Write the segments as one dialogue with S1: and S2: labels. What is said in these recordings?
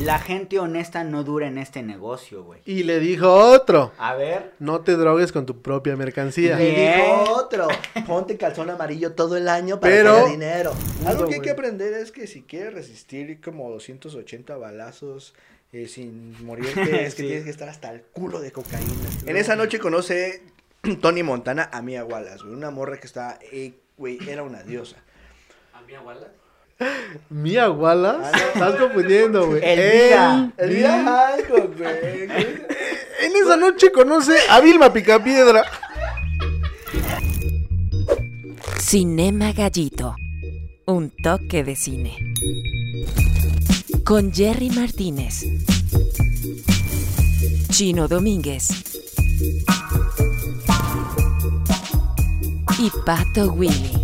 S1: La gente honesta no dura en este negocio, güey.
S2: Y le dijo otro.
S1: A ver.
S2: No te drogues con tu propia mercancía.
S1: Sí.
S3: Le
S1: Bien.
S3: digo otro, ponte calzón amarillo todo el año para
S2: Pero-
S3: tener dinero.
S2: Pudo,
S3: Algo que hay
S2: güey.
S3: que aprender es que si quieres resistir como 280 balazos eh, sin morirte, es que
S1: Sí.
S3: tienes que estar hasta el culo de cocaína. En esa noche conoce Tony Montana a Mia Wallace, güey, una morra que está, eh, güey, era una diosa.
S4: A mí, abuela.
S2: Mia Wallace.
S3: Ah, no.
S2: Estás confundiendo, güey.
S1: Elvira.
S2: El-
S3: Elvira Hancock, güey.
S2: En esa noche conoce a Vilma Picapiedra.
S5: Cinema Gallito. Un toque de cine. Con Jerry Martínez. Chino Domínguez. Y Pato Willy.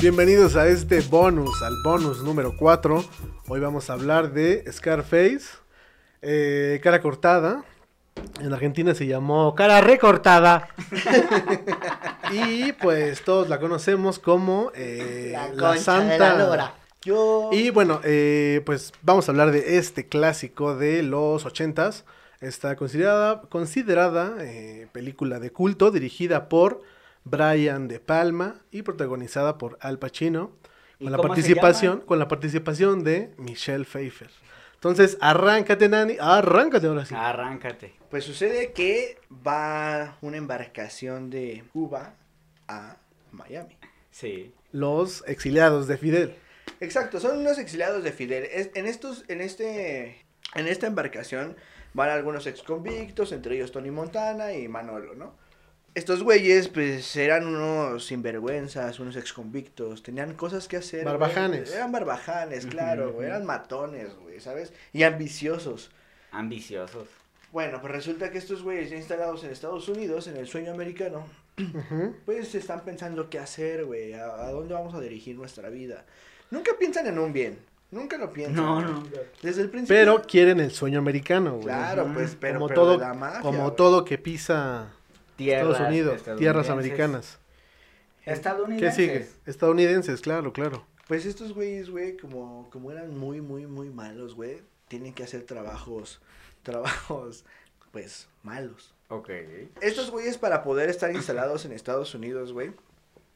S2: Bienvenidos a este bonus, al bonus número 4. Hoy vamos a hablar de Scarface, eh, cara cortada. En Argentina se llamó cara recortada. y pues todos la conocemos como eh, la, Santa.
S3: Yo.
S2: Y bueno, eh, pues vamos a hablar de este clásico de los ochentas. Está considerada, considerada eh, película de culto dirigida por Brian De Palma y protagonizada por Al Pacino
S1: ¿Y
S2: con la
S1: cómo se
S2: participación con la participación de Michelle Pfeiffer. Entonces, arráncate Nani, arráncate ahora
S3: Ah.
S2: sí.
S1: Arráncate.
S3: Pues sucede que va una embarcación de Cuba a Miami.
S1: Sí.
S2: Los exiliados de Fidel.
S3: Exacto, son unos exiliados de Fidel. Es- en estos, en este, en esta embarcación van algunos exconvictos, entre ellos Tony Montana y Manolo, ¿no? Estos güeyes, pues, eran unos sinvergüenzas, unos exconvictos, tenían cosas que hacer. güey.
S2: Barbajanes.
S3: Eran barbajanes, claro, güey, eran matones, güey, ¿sabes? Y ambiciosos.
S1: Ambiciosos.
S3: Bueno, pues resulta que estos güeyes ya instalados en Estados Unidos, en el sueño americano,
S2: Ujú.
S3: pues están pensando qué hacer, güey, a, a dónde vamos a dirigir nuestra vida. Nunca piensan en un bien, nunca lo piensan.
S1: No, no.
S3: Desde el principio.
S2: Pero quieren el sueño americano, güey.
S3: claro,
S1: Ujú.
S3: pues, pero,
S2: como
S3: pero
S2: todo,
S3: de la mafia,
S2: como
S3: güey.
S2: todo que pisa
S1: Tierras
S2: Estados Unidos, tierras
S1: estadounidenses.
S2: americanas. ¿Qué
S1: Estadounidenses.
S2: sigue? Estadounidenses, claro, claro.
S3: Pues estos güeyes, güey, como, como eran muy, muy, muy malos, güey, tienen que hacer trabajos, trabajos, pues, malos.
S1: Ok.
S3: Estos güeyes para poder estar instalados en Estados Unidos, güey,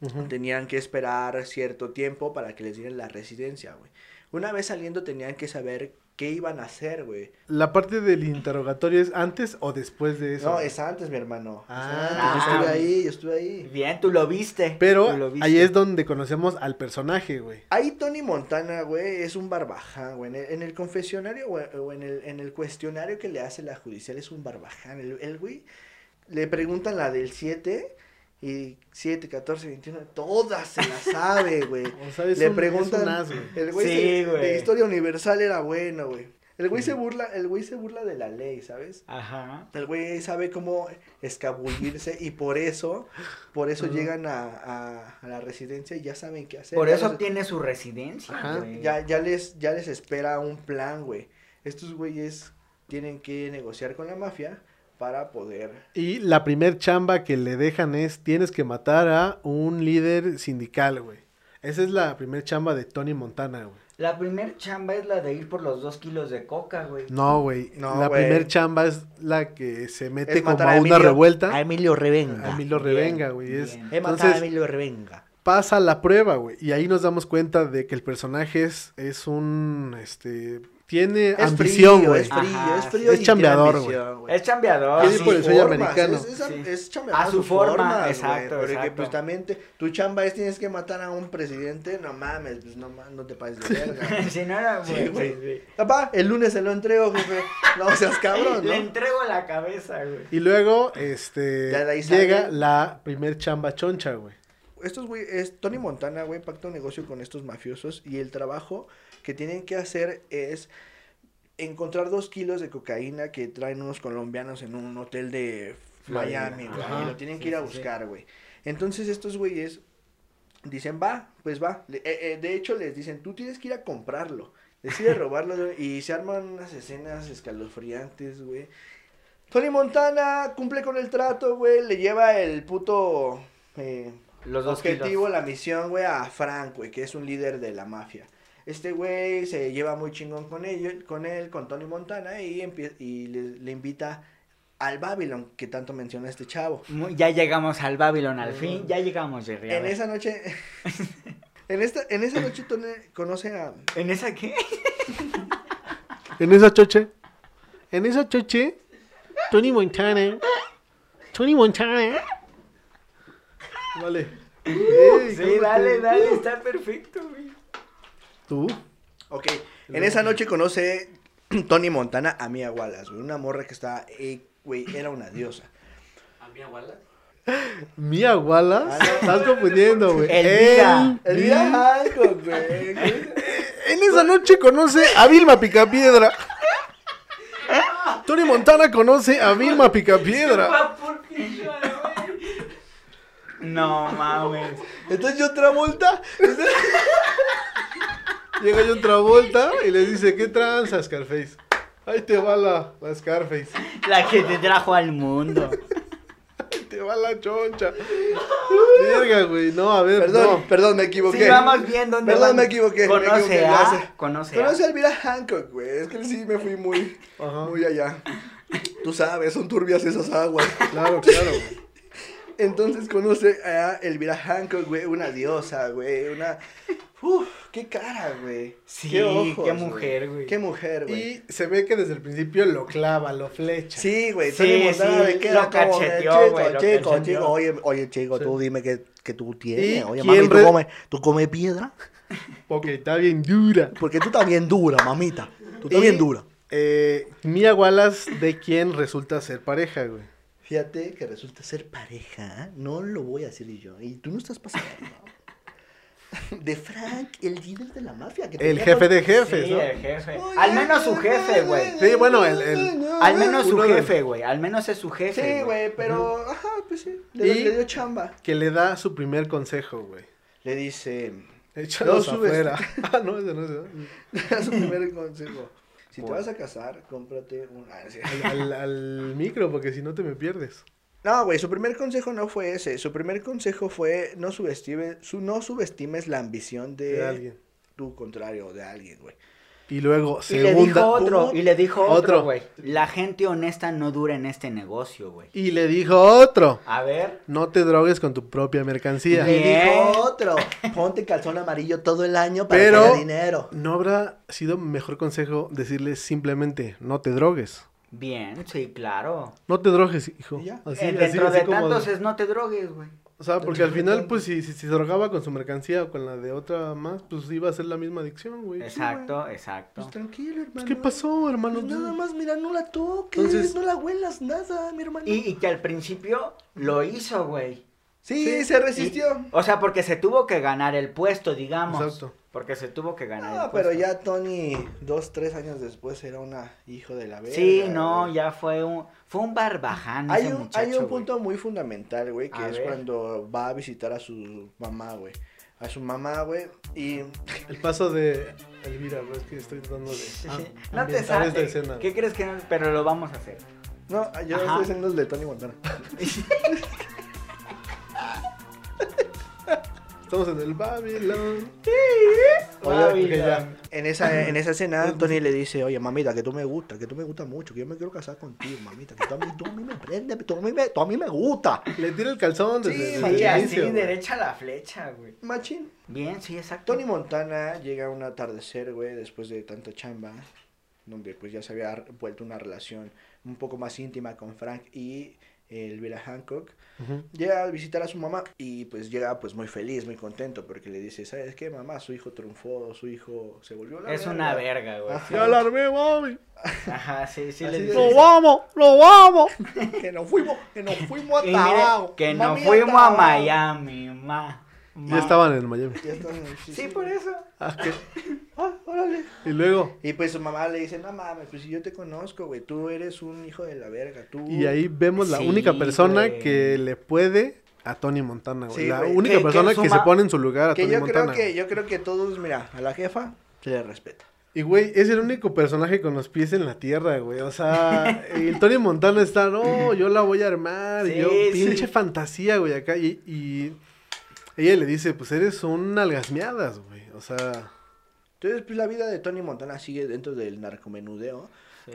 S2: Ujú.
S3: tenían que esperar cierto tiempo para que les dieran la residencia, güey. Una vez saliendo tenían que saber qué iban a hacer, güey.
S2: La parte del interrogatorio es antes o después de eso.
S3: No, es antes, mi hermano. Es
S2: Ah.
S3: antes, yo estuve ahí, yo estuve ahí.
S1: Bien, tú lo viste. tú lo
S2: Pero
S1: viste.
S2: ahí es donde conocemos al personaje, güey.
S3: Ahí Tony Montana, güey, es un barbaján, güey. En el, en el confesionario güey, o en el, en el cuestionario que le hace la judicial es un barbaján. El, el güey le preguntan la del 7 y 7, 14, 21, todas se las sabe, güey.
S2: O sea, es
S3: le
S2: un- es
S3: preguntan.
S2: un as, güey.
S3: El güey
S1: Sí,
S3: se-
S1: güey.
S3: de historia universal era bueno, güey. El güey se burla, el güey se burla de la ley, ¿sabes?
S1: Ajá.
S3: El güey sabe cómo escabullirse y por eso, por eso llegan a, a- a la residencia y ya saben qué hacer.
S1: Por
S3: Ya
S1: eso
S3: los-
S1: tiene su residencia.
S2: Ajá.
S1: güey.
S3: ya, ya les, ya les espera un plan, güey. Estos güeyes tienen que negociar con la mafia para poder.
S2: Y la primer chamba que le dejan es tienes que matar a un líder sindical, güey. Esa es la primer chamba de Tony Montana, güey.
S1: La primer chamba es la de ir por los dos kilos de coca, güey.
S2: No, güey.
S3: No,
S2: la
S3: güey.
S2: primer chamba es la que se mete
S3: Es
S2: Este como
S3: matar
S2: a
S3: a
S2: una
S3: Emilio-
S2: revuelta.
S3: Emilio Revenga.
S2: A mí lo revenga, güey. Es-
S1: bien.
S3: He matado
S2: Entonces-
S3: a Emilio Revenga.
S2: pasa la prueba, güey. Y ahí nos damos cuenta de que el personaje es, es un, este, tiene
S3: Es
S2: ambición,
S3: frío,
S2: güey.
S3: es frío,
S1: Ajá,
S3: es
S1: sí.
S3: frío.
S2: Es
S3: y tiene
S2: chambeador,
S3: ambición,
S1: Es chambeador.
S2: Es ir
S1: sí.
S2: por el sueño
S3: formas,
S2: americano.
S3: Es, es am-
S1: Sí.
S3: es chambeador
S1: A su forma,
S3: güey,
S1: exacto,
S3: Pero que
S1: exacto.
S3: pues también te- tu chamba es tienes que matar a un presidente, no mames, pues no, ma- no te pases de verga.
S1: si no era, güey.
S3: Sí, güey.
S1: sí, sí.
S3: Papá, el lunes se lo entrego, jefe. No seas cabrón,
S1: Le
S3: ¿no?
S1: entrego la cabeza, güey.
S2: Y luego, este,
S3: Ya de ahí sale.
S2: llega la primer chamba choncha, güey.
S3: Estos güey, es Tony Montana, güey, pacta un negocio con estos mafiosos y el trabajo que tienen que hacer es encontrar dos kilos de cocaína que traen unos colombianos en un hotel de
S1: Florida.
S3: Miami, güey,
S1: Ajá.
S3: y lo tienen
S1: Sí,
S3: que ir a
S1: sí, sí.
S3: buscar, güey. Entonces estos güeyes dicen, va, pues va. Le- eh, eh, de hecho, les dicen, tú tienes que ir a comprarlo. Decide robarlo güey, y se arman unas escenas escalofriantes, güey. Tony Montana cumple con el trato, güey, le lleva el puto eh,
S1: Los dos
S3: objetivo,
S1: kilos.
S3: la misión, güey, a Frank, güey, que es un líder de la mafia. Este güey se lleva muy chingón con ellos, con él, con Tony Montana, y, empie- y le, le invita al Babylon, que tanto menciona este chavo.
S4: Mu- Ya llegamos al Babylon al fin, ya llegamos, Jerry. a
S3: En
S4: ver.
S3: esa noche, en esta, en esa noche Tony conoce a,
S4: ¿En esa qué?
S2: En esa choche. En esa choche. Tony Montana. Tony Montana. Vale.
S1: Sí, dale, dale, está perfecto, güey.
S2: Tú.
S3: Ok, en esa noche conoce Tony Montana a Mia Wallace, güey, una morra que está, eh, güey, era una diosa.
S2: Mia Wallace.
S3: Ah, no.
S2: Estás confundiendo, güey.
S4: Elvira.
S2: El-
S3: Elvira Hancock, güey.
S2: En esa noche conoce a Vilma Picapiedra. Tony Montana conoce a Vilma Picapiedra.
S4: No mames.
S3: Entonces yo otra vuelta.
S2: Llega John Travolta y le dice, ¿qué tranza, Scarface? Ahí te va la, la Scarface.
S4: La que te trajo al mundo.
S2: Ahí te va la choncha. Verga, güey. No, a ver,
S3: Perdón,
S2: no.
S3: perdón, me equivoqué.
S4: Sí, vamos bien dónde
S3: Perdón,
S4: van.
S3: me equivoqué, me
S4: Conoce
S3: equivoqué,
S4: a-
S3: ya sé.
S4: conoce a-
S3: Conoce a Elvira Hancock, güey. Es que sí me fui muy,
S2: Ajá.
S3: muy allá. Tú sabes, son turbias esas aguas.
S2: Claro, claro, güey.
S3: Entonces conoce a Elvira Hancock, güey, una diosa, güey, una... Uf, qué cara, güey.
S4: Sí,
S3: qué, ojos,
S4: qué mujer, güey.
S3: Qué mujer, güey.
S2: Y se ve que desde el principio lo clava, lo flecha.
S3: Sí, güey,
S4: Sí,
S3: Tony Montana
S4: sí,
S3: me queda
S4: lo
S3: como de,
S4: cacheteó,
S3: "Chico,
S4: güey, lo
S3: chico,
S4: cacheteó".
S3: chico, oye, oye, chico,
S2: Sí.
S3: tú dime que, que tú
S2: ¿Y
S3: tienes, oye,
S2: quién
S3: mami, ¿tú
S2: re-
S3: comes, tú comes piedra,
S2: Porque está bien dura.
S3: porque tú estás bien dura, mamita, tú estás
S2: Y,
S3: bien dura.
S2: Eh, Mia Wallace, de quien resulta ser pareja, güey.
S3: Fíjate que resulta ser pareja, ¿eh? no lo voy a decir yo, y tú no estás pasando. ¿no? De Frank, el líder de la mafia. Que
S2: El
S3: tenía
S2: jefe
S3: con-
S2: de jefes,
S4: Sí,
S2: ¿no?
S4: el jefe.
S3: Oye,
S4: Al menos su jefe, güey.
S2: Sí, bueno, el- el-
S4: Al menos su
S2: Uno de-
S4: jefe, güey. Al menos es su jefe.
S3: Sí, güey, pero. Ajá, pues sí. Le,
S2: Y-
S3: le dio chamba.
S2: Que le da su primer consejo, güey.
S3: Le dice.
S2: Échalos
S3: No subes.
S2: afuera. ah, no, ese no es. ¿no?
S3: su primer consejo. Si te
S4: ¿Cuál?
S3: vas a casar, cómprate un. ah, sí.
S2: Al, al micro, porque si no te me pierdes.
S3: No, güey, su primer consejo no fue ese. Su primer consejo fue no subestimes, su, no subestimes la ambición de,
S2: De alguien.
S3: tu contrario, de alguien, güey.
S2: Y luego,
S4: Y le dijo
S2: segunda.
S4: otro, y le dijo
S2: Otro.
S4: otro, güey. La gente honesta no dura en este negocio, güey.
S2: Y le dijo otro.
S4: A ver.
S2: No te drogues con tu propia mercancía.
S4: Bien.
S3: Le dijo otro, ponte calzón amarillo todo el año para
S2: Pero-
S3: tener dinero.
S2: ¿No habrá sido mejor consejo decirle simplemente no te drogues?
S4: Bien, sí, claro.
S2: No te drogues, hijo.
S3: Y ya.
S2: Así,
S4: Eh,
S2: así,
S4: dentro
S2: así
S4: de
S2: como de-
S4: tantos es no te drogues, güey.
S2: O sea, porque al final, pues, si, si se drogaba con su mercancía o con la de otra más, pues iba a ser la misma adicción, güey.
S4: Exacto, exacto.
S3: Pues tranquilo, hermano.
S2: Pues, ¿qué pasó, hermano?
S3: Pues nada más, mira, no la toques,
S2: Entonces-
S3: no la huelas nada, mi hermano.
S4: Y, y que al principio lo hizo, güey.
S3: Sí, se
S4: Y- o sea, porque se tuvo que ganar el puesto, digamos.
S2: Exacto.
S4: Porque se tuvo que ganar
S3: pues No,
S4: el puesto.
S3: Ah, pero ya Tony, dos, tres años después, era una hijo de la verga.
S4: Sí, no,
S3: güey.
S4: ya fue un fue un barbaján
S3: Hay
S4: ese
S3: un,
S4: muchacho,
S3: hay un
S4: güey.
S3: punto muy fundamental, güey, que
S4: A
S3: es
S4: ver.
S3: cuando va a visitar a su mamá, güey. A su mamá, güey, y...
S2: El paso de Elvira, güey, es que estoy tratando de.
S4: No te
S2: ambientar
S4: sabes.
S2: Ah, esta escena.
S4: ¿Qué crees que no? Pero lo vamos a hacer.
S3: No, yo
S4: Ajá.
S3: estoy haciendo el de Tony Montana.
S2: Estamos en el Babylon.
S4: Oye,
S2: ok, ya.
S3: En esa, en esa escena, Tony le dice, oye, mamita, que tú me gustas, que tú me gustas mucho, que yo me quiero casar contigo, mamita, que tú a mí, tú a mí me prendes, tú a mí me, tú a mí me gusta.
S2: Le tira el calzón desde
S3: Sí,
S2: el
S4: Sí,
S2: inicio,
S4: así,
S2: güey.
S4: derecha a la flecha, güey.
S3: Machín.
S4: Bien, sí, exacto.
S3: Tony Montana llega un atardecer, güey, después de tanta chamba, donde pues ya se había r- vuelto una relación un poco más íntima con Frank y eh, Elvira Hancock.
S2: Ujú.
S3: Llega a visitar a su mamá y pues llega pues muy feliz, muy contento, porque le dice, ¿sabes qué, mamá? Su hijo triunfó, su hijo se volvió la
S4: es una verga, güey.
S3: Ajá.
S2: Ya la armé, mami.
S4: Ajá, sí, sí,
S3: Así
S4: le
S3: de-
S4: dice.
S2: Lo
S4: eso.
S2: vamos, lo vamos.
S3: Que nos fuimos, que nos fuimos a
S4: Y mire,
S3: Tabaco.
S4: que nos
S3: Mami,
S4: fuimos a
S3: Tabaco.
S4: Miami, ma. ma.
S2: Ya estaban en Miami.
S3: Ya están-
S4: Sí, por eso.
S2: Ah, ¿qué?
S3: Ah, órale.
S2: Y luego.
S3: Y pues su mamá le dice, no mames, pues si yo te conozco, güey, tú eres un hijo de la verga, tú.
S2: Y ahí vemos la
S4: Uh, Sí,
S2: única persona
S4: güey.
S2: que le puede a Tony Montana, güey.
S3: Sí,
S2: la
S3: güey.
S2: única
S4: Que- que
S2: persona que,
S4: suma-
S2: se pone en su lugar a
S3: Que
S2: Tony
S3: yo
S2: Montana.
S3: creo que,
S2: güey.
S3: yo creo que todos, mira, a la jefa se le respeta.
S2: Y, güey, es el único personaje con los pies en la tierra, güey. O sea, el Tony Montana está, no, yo la voy a armar. y
S4: Sí,
S2: yo,
S4: sí.
S2: pinche fantasía, güey, acá. Y, y ella le dice, pues eres un algasmeadas, güey. O sea,
S3: Entonces, pues la vida de Tony Montana sigue dentro del narcomenudeo.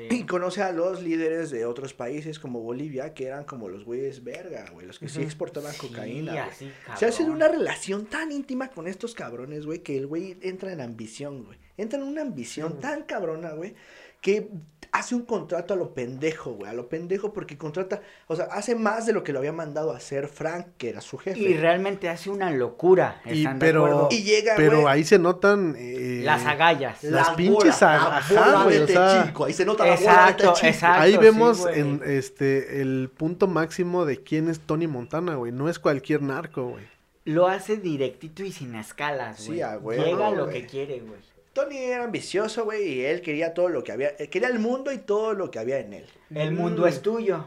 S3: Y
S4: Sí.
S3: conoce a los líderes de otros países como Bolivia, que eran como los güeyes verga, güey, los que sí exportaban cocaína.
S4: Sí,
S3: güey.
S4: así,
S3: Se hace
S4: cabrón.
S3: una relación tan íntima con estos cabrones, güey, que el güey entra en ambición, güey. Entra en una ambición tan cabrona, güey, que hace un contrato a lo pendejo, güey, a lo pendejo porque contrata, o sea, hace más de lo que lo había mandado a hacer Frank, que era su jefe.
S4: Y realmente hace una locura.
S2: Y-
S4: ¿están de
S2: pero-
S4: acuerdo?
S3: Y llega,
S2: pero
S3: güey,
S2: ahí se notan... eh,
S4: Las agallas.
S2: las pinches
S3: bola,
S2: ag-
S3: la
S2: ajá,
S3: bola
S2: güey,
S3: de
S2: o sea,
S3: Techico, ahí se nota la bola de
S4: Exacto,
S3: Techico.
S4: exacto.
S2: Ahí
S4: sí,
S2: vemos
S4: güey.
S2: en este el punto máximo de quién es Tony Montana, güey. No es cualquier narco, güey.
S4: Lo hace directito y sin escalas,
S3: Sí,
S4: güey.
S3: a huevo,
S4: Llega a lo
S3: güey.
S4: que quiere, güey.
S3: Tony era ambicioso, güey, y él quería todo lo que había, eh, quería el mundo y todo lo que había en él.
S4: El
S2: Mm.
S4: mundo es tuyo.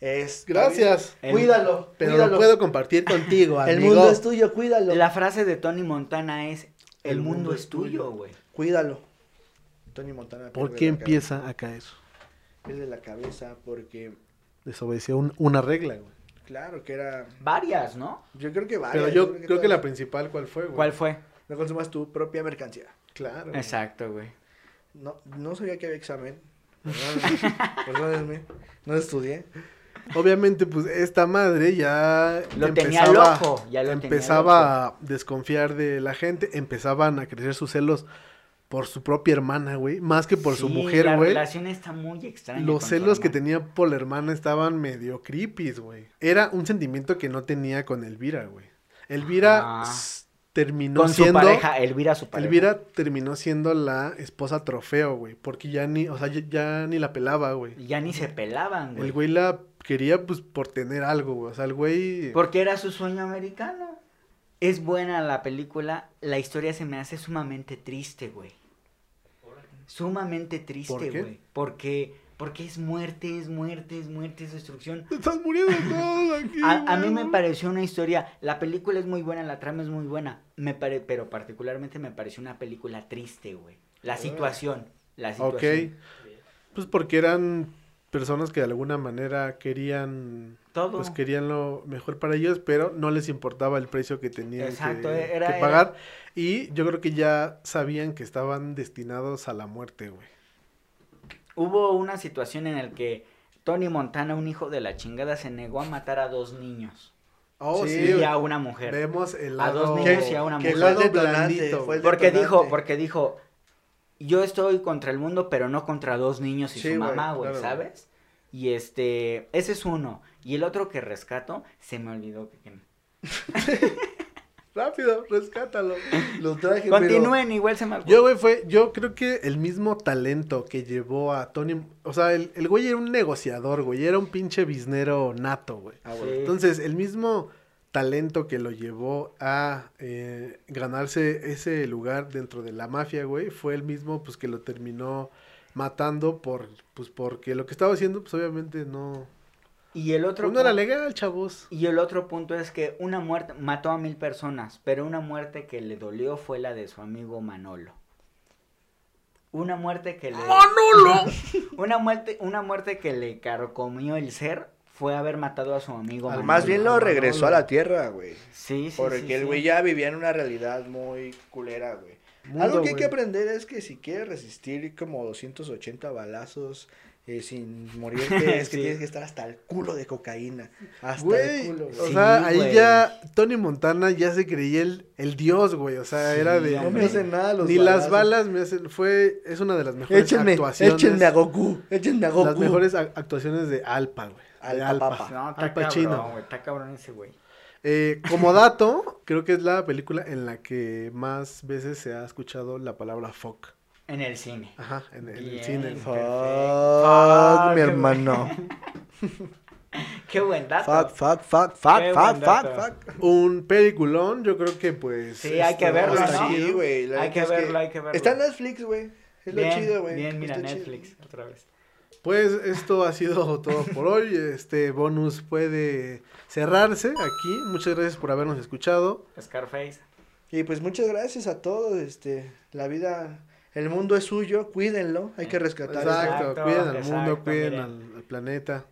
S3: Es,
S2: Gracias.
S4: El-
S3: Cuídalo,
S2: Pero
S3: cuídalo.
S2: lo puedo compartir contigo,
S3: El
S2: amigo.
S3: mundo es tuyo, cuídalo.
S4: La frase de Tony Montana es: El, mundo, es tuyo, güey.
S3: Cuídalo. Tony Montana.
S2: ¿Por
S3: pierde
S2: qué
S3: la cabeza.
S2: empieza a caer?
S3: Pierde la cabeza porque,
S2: Desobedeció un- una regla, güey.
S3: claro, que era.
S4: Varias, ¿no?
S3: Yo creo que varias.
S2: Pero yo creo que la
S3: todas.
S2: principal, ¿cuál fue, güey?
S4: ¿Cuál fue?
S3: No consumas tu propia mercancía.
S2: Claro. güey.
S4: Exacto, güey.
S3: No, no sabía que había examen. Perdónenme. perdónenme, No estudié.
S2: Obviamente, pues esta madre ya
S4: Lo tenía loco, ya lo tenía
S2: empezaba a desconfiar de la gente, empezaban a crecer sus celos por su propia hermana, güey, más que por su
S4: Sí,
S2: mujer,
S4: La
S2: güey.
S4: relación está muy extraña. con
S2: Los
S4: su
S2: celos que
S4: hermano.
S2: tenía por la hermana estaban medio creepy, güey. Era un sentimiento que no tenía con Elvira, güey. Elvira
S4: Ajá.
S2: s- terminó
S4: Con su
S2: siendo.
S4: pareja, Elvira, su pareja.
S2: Elvira terminó siendo la esposa trofeo, güey. Porque ya ni, o sea, ya, ya ni la pelaba, güey.
S4: Ya ni se pelaban,
S2: El
S4: güey.
S2: güey la quería, pues, por tener algo, güey. O sea, el güey.
S4: Porque era su sueño americano. Es buena la película, la historia se me hace sumamente triste, güey. Sumamente triste,
S2: ¿Por qué?
S4: güey. Porque, porque es muerte, es muerte, es muerte, es destrucción.
S2: Te Estás muriendo todos aquí.
S4: A, a mí
S2: güey.
S4: me pareció una historia, la película es muy buena, la trama es muy buena, me pare- pero particularmente me pareció una película triste, güey. La situación, la
S2: Ah. Ok.
S4: situación.
S2: Pues porque eran personas que de alguna manera querían.
S4: Todo.
S2: Pues querían lo mejor para ellos, pero no les importaba el precio que tenían
S4: Exacto,
S2: que,
S4: era-
S2: que
S4: era-
S2: pagar. Y yo creo que ya sabían que estaban destinados a la muerte, güey.
S4: Hubo una situación en la que Tony Montana, un hijo de la chingada, se negó a matar a dos niños
S2: Oh,
S3: Sí,
S2: güey.
S4: y a una mujer.
S2: Vemos el
S4: A
S2: lado.
S4: dos niños y a una
S2: que
S4: mujer.
S2: El lado
S3: Fue el detonante,
S2: blandito.
S3: fue
S2: güey.
S3: el
S4: Porque
S3: detonante.
S4: dijo, porque dijo, yo estoy contra el mundo, pero no contra dos niños y
S2: Sí,
S4: su
S2: güey,
S4: mamá, güey,
S2: claro, güey.
S4: ¿sabes? Y este, ese es uno. Y el otro que rescato, se me olvidó. que-
S2: Rápido, rescátalo.
S3: Lo traje, pero-
S4: Continúen, igual se me olvidó.
S2: Yo, güey, fue, yo creo que el mismo talento que llevó a Tony, o sea, el, el güey era un negociador, güey, era un pinche biznero nato, güey.
S3: Ah, bueno.
S4: Sí.
S2: Entonces, el mismo talento que lo llevó a eh, ganarse ese lugar dentro de la mafia, güey, fue el mismo, pues, que lo terminó matando por, pues, porque lo que estaba haciendo, pues, obviamente no,
S4: Y el otro.
S2: pues, no era
S4: pu-
S2: legal, chavos.
S4: Y el otro punto es que una muerte mató a mil personas, pero una muerte que le dolió fue la de su amigo Manolo. Una muerte que le Manolo. una muerte una muerte que le carcomió el ser fue haber matado a su amigo
S2: Al
S4: Manolo.
S3: Ah, Más bien lo
S2: Manolo.
S3: regresó a la tierra, güey.
S4: Sí, sí,
S3: Porque
S4: sí,
S3: el
S4: sí.
S3: güey ya vivía en una realidad muy culera, güey.
S2: Mundo,
S3: Algo que hay
S2: güey.
S3: que aprender es que si quieres resistir como 280 balazos eh, sin morirte, es que
S4: Sí.
S3: tienes que estar hasta el culo de cocaína. Hasta el
S2: Güey,
S3: culo,
S2: o
S3: güey.
S4: Sí,
S2: sea, ahí
S4: güey.
S2: ya Tony Montana ya se creía el, el dios, güey, o sea,
S4: Sí,
S2: era de...
S3: no me
S4: hombre.
S3: hacen nada los
S2: Ni
S3: balazos.
S2: las balas me hacen, fue, es una de las mejores
S3: Échenme,
S2: actuaciones.
S3: échenme a Goku, échenme a Goku.
S2: Las mejores a- actuaciones de Alpa, güey. de
S3: Alpa Papa.
S4: No,
S2: Al
S4: está
S2: Pacino.
S4: cabrón, güey, está cabrón ese güey.
S2: Eh, como dato, creo que es la película en la que más veces se ha escuchado la palabra fuck.
S4: En el cine.
S2: Ajá, en, en el
S4: Bien.
S2: cine.
S3: Fuck,
S4: Perfecto.
S3: mi
S4: Fuck,
S3: hermano.
S4: Qué buen dato.
S3: Fuck, fuck, fuck, fuck,
S4: Qué
S3: fuck,
S4: buen
S3: fuck,
S4: dato.
S3: fuck.
S2: Un peliculón, yo creo que pues.
S4: Sí, hay que
S2: esto,
S4: verlo,
S2: hasta
S4: ¿no?
S2: aquí.
S3: Sí, güey. la
S4: Hay
S3: neta
S4: que
S3: es
S4: verlo, hay que verlo.
S3: Está en Netflix, güey. Es lo
S4: Bien,
S3: chido, güey.
S4: Bien, mira
S3: Está chido.
S4: Netflix otra vez.
S2: Pues esto ha sido todo por hoy. Este bonus puede cerrarse aquí. Muchas gracias por habernos escuchado.
S4: Scarface.
S3: Y pues muchas gracias a todos, este, la vida El mundo es suyo, cuídenlo, hay que rescatarlo.
S2: Exacto,
S4: Exacto,
S2: cuiden al
S4: exacto,
S2: mundo, cuiden
S4: miren.
S2: al, al planeta.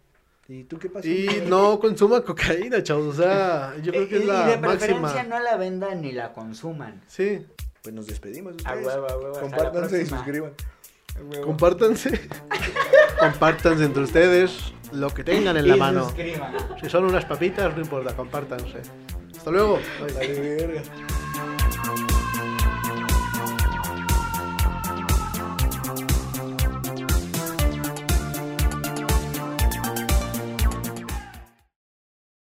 S3: ¿Y tú qué pasó?
S2: Y no consuman cocaína, chavos. O sea, yo creo
S4: Y,
S2: que es
S4: Eh, y
S2: la
S4: de
S2: máxima.
S4: preferencia no la vendan ni la consuman.
S2: Sí,
S3: Pues nos despedimos.
S4: A
S3: ustedes.
S4: huevo, a huevo, hasta la
S3: Pues, Compártanse y
S4: próxima.
S3: suscriban.
S2: compártanse. compártanse entre ustedes lo que tengan en la
S4: Y
S2: mano.
S4: suscriban.
S2: Si son unas papitas, no importa, compártanse. Hasta luego. Bye.
S3: Vale, verga.